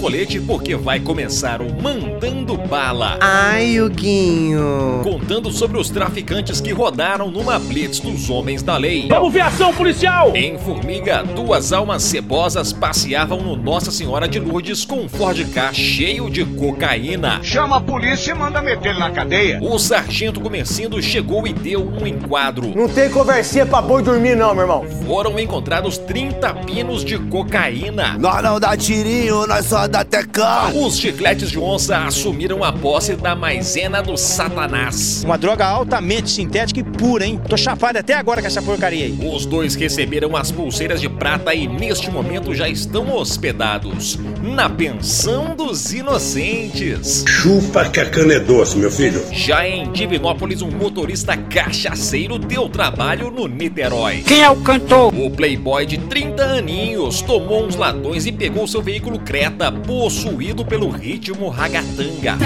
colete porque vai começar o Mandando Bala. Ai, Huguinho. Contando sobre os traficantes que rodaram numa blitz dos homens da lei. Vamos ver ação policial! Em Formiga, duas almas cebosas passeavam no Nossa Senhora de Lourdes com um Ford K cheio de cocaína. Chama a polícia e manda meter ele na cadeia. O sargento Comercindo chegou e deu um enquadro. Não tem conversinha pra boi dormir não, meu irmão. Foram encontrados 30 pinos de cocaína. Nós não dá tirinho, nós só dá tecão. Os chicletes de onça assumiram a posse da maisena do satanás. Uma droga altamente sintética e pura, hein? Tô chapado até agora com essa porcaria aí. Os dois receberam as pulseiras de prata e neste momento já estão hospedados na pensão dos inocentes. Chupa que a cana é doce, meu filho. Já em Divinópolis, um motorista cachaceiro deu trabalho no Niterói. Quem é o cantor? O playboy de 30 aninhos tomou uns ladões e pegou seu veículo Creta, possuído pelo ritmo ragatanga.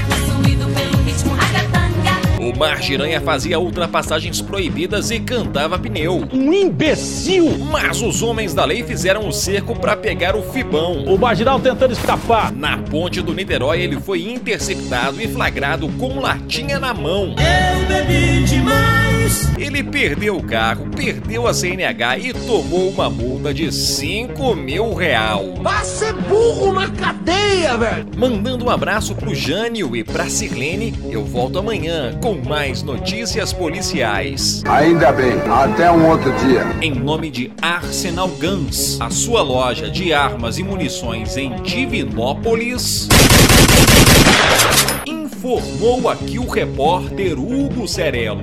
O Mar Giranha fazia ultrapassagens proibidas e cantava pneu. Um imbecil! Mas os homens da lei fizeram um cerco para pegar o Fibão. O marginal tentando escapar. Na ponte do Niterói, ele foi interceptado e flagrado com latinha na mão. Eu bebi demais! Ele perdeu o carro, perdeu a CNH e tomou uma multa de 5 mil real. Vai ser burro na cadeia, velho! Mandando um abraço pro Jânio e pra Sirlene, eu volto amanhã com mais notícias policiais. Ainda bem, até um outro dia. Em nome de Arsenal Guns, a sua loja de armas e munições em Divinópolis. Informou aqui o repórter Hugo Cerelo.